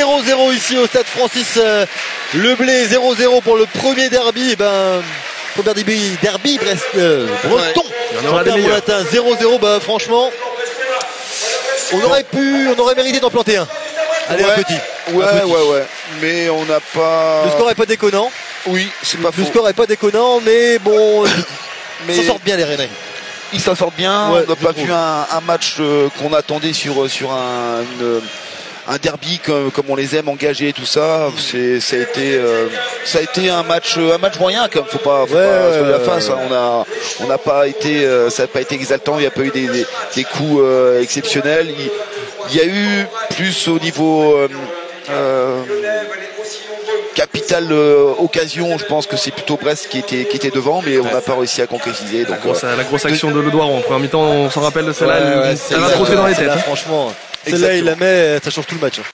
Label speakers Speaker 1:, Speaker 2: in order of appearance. Speaker 1: 0-0 ici au stade Francis euh, Leblé, 0-0 pour le premier derby. Et ben, premier derby, derby Brest euh, Breton.
Speaker 2: Il y en aura des
Speaker 1: Quentin
Speaker 2: meilleurs.
Speaker 1: Moulatin, 0-0, bah, franchement, on aurait pu, on aurait mérité d'en planter un. Allez,
Speaker 3: Ouais.
Speaker 1: un petit.
Speaker 3: Ouais,
Speaker 1: Un petit.
Speaker 3: ouais, ouais. Mais on n'a pas.
Speaker 1: Le score est pas déconnant.
Speaker 3: Oui, c'est pas
Speaker 1: Le
Speaker 3: faux.
Speaker 1: score est pas déconnant, mais bon, ils
Speaker 3: mais
Speaker 1: s'en sortent bien les Rennais.
Speaker 3: ils s'en sortent bien.
Speaker 1: Ouais,
Speaker 3: on n'a
Speaker 1: je
Speaker 3: pas
Speaker 1: trouve.
Speaker 3: vu un, un match euh, qu'on attendait sur, sur un, une- euh, un derby comme, comme on les aime, engagés, tout ça. C'est, ça a été, euh, ça a été un match, euh, un match moyen, comme faut pas, faut
Speaker 1: Ouais, euh,
Speaker 3: pas se leurrer la
Speaker 1: ouais,
Speaker 3: face. hein. On a, on n'a pas été, euh, ça n'a pas été exaltant. Il n'y a pas eu des, des- des coups euh, exceptionnels. Il, il y a eu plus au niveau. euh, euh, Capitale euh, occasion, je pense que c'est plutôt Brest qui était, qui était devant, mais on n'a pas réussi à concrétiser. Donc,
Speaker 2: La grosse,
Speaker 3: euh,
Speaker 2: la grosse action de Le Doiron en première mi-temps, on s'en rappelle de celle-là,
Speaker 1: Ouais, ouais,
Speaker 2: elle-
Speaker 1: c'est
Speaker 2: elle a
Speaker 1: exact-
Speaker 2: trotté dans les
Speaker 1: c'est
Speaker 2: têtes.
Speaker 1: là,
Speaker 2: hein.
Speaker 1: franchement, celle-là, il la met, ça change tout le match.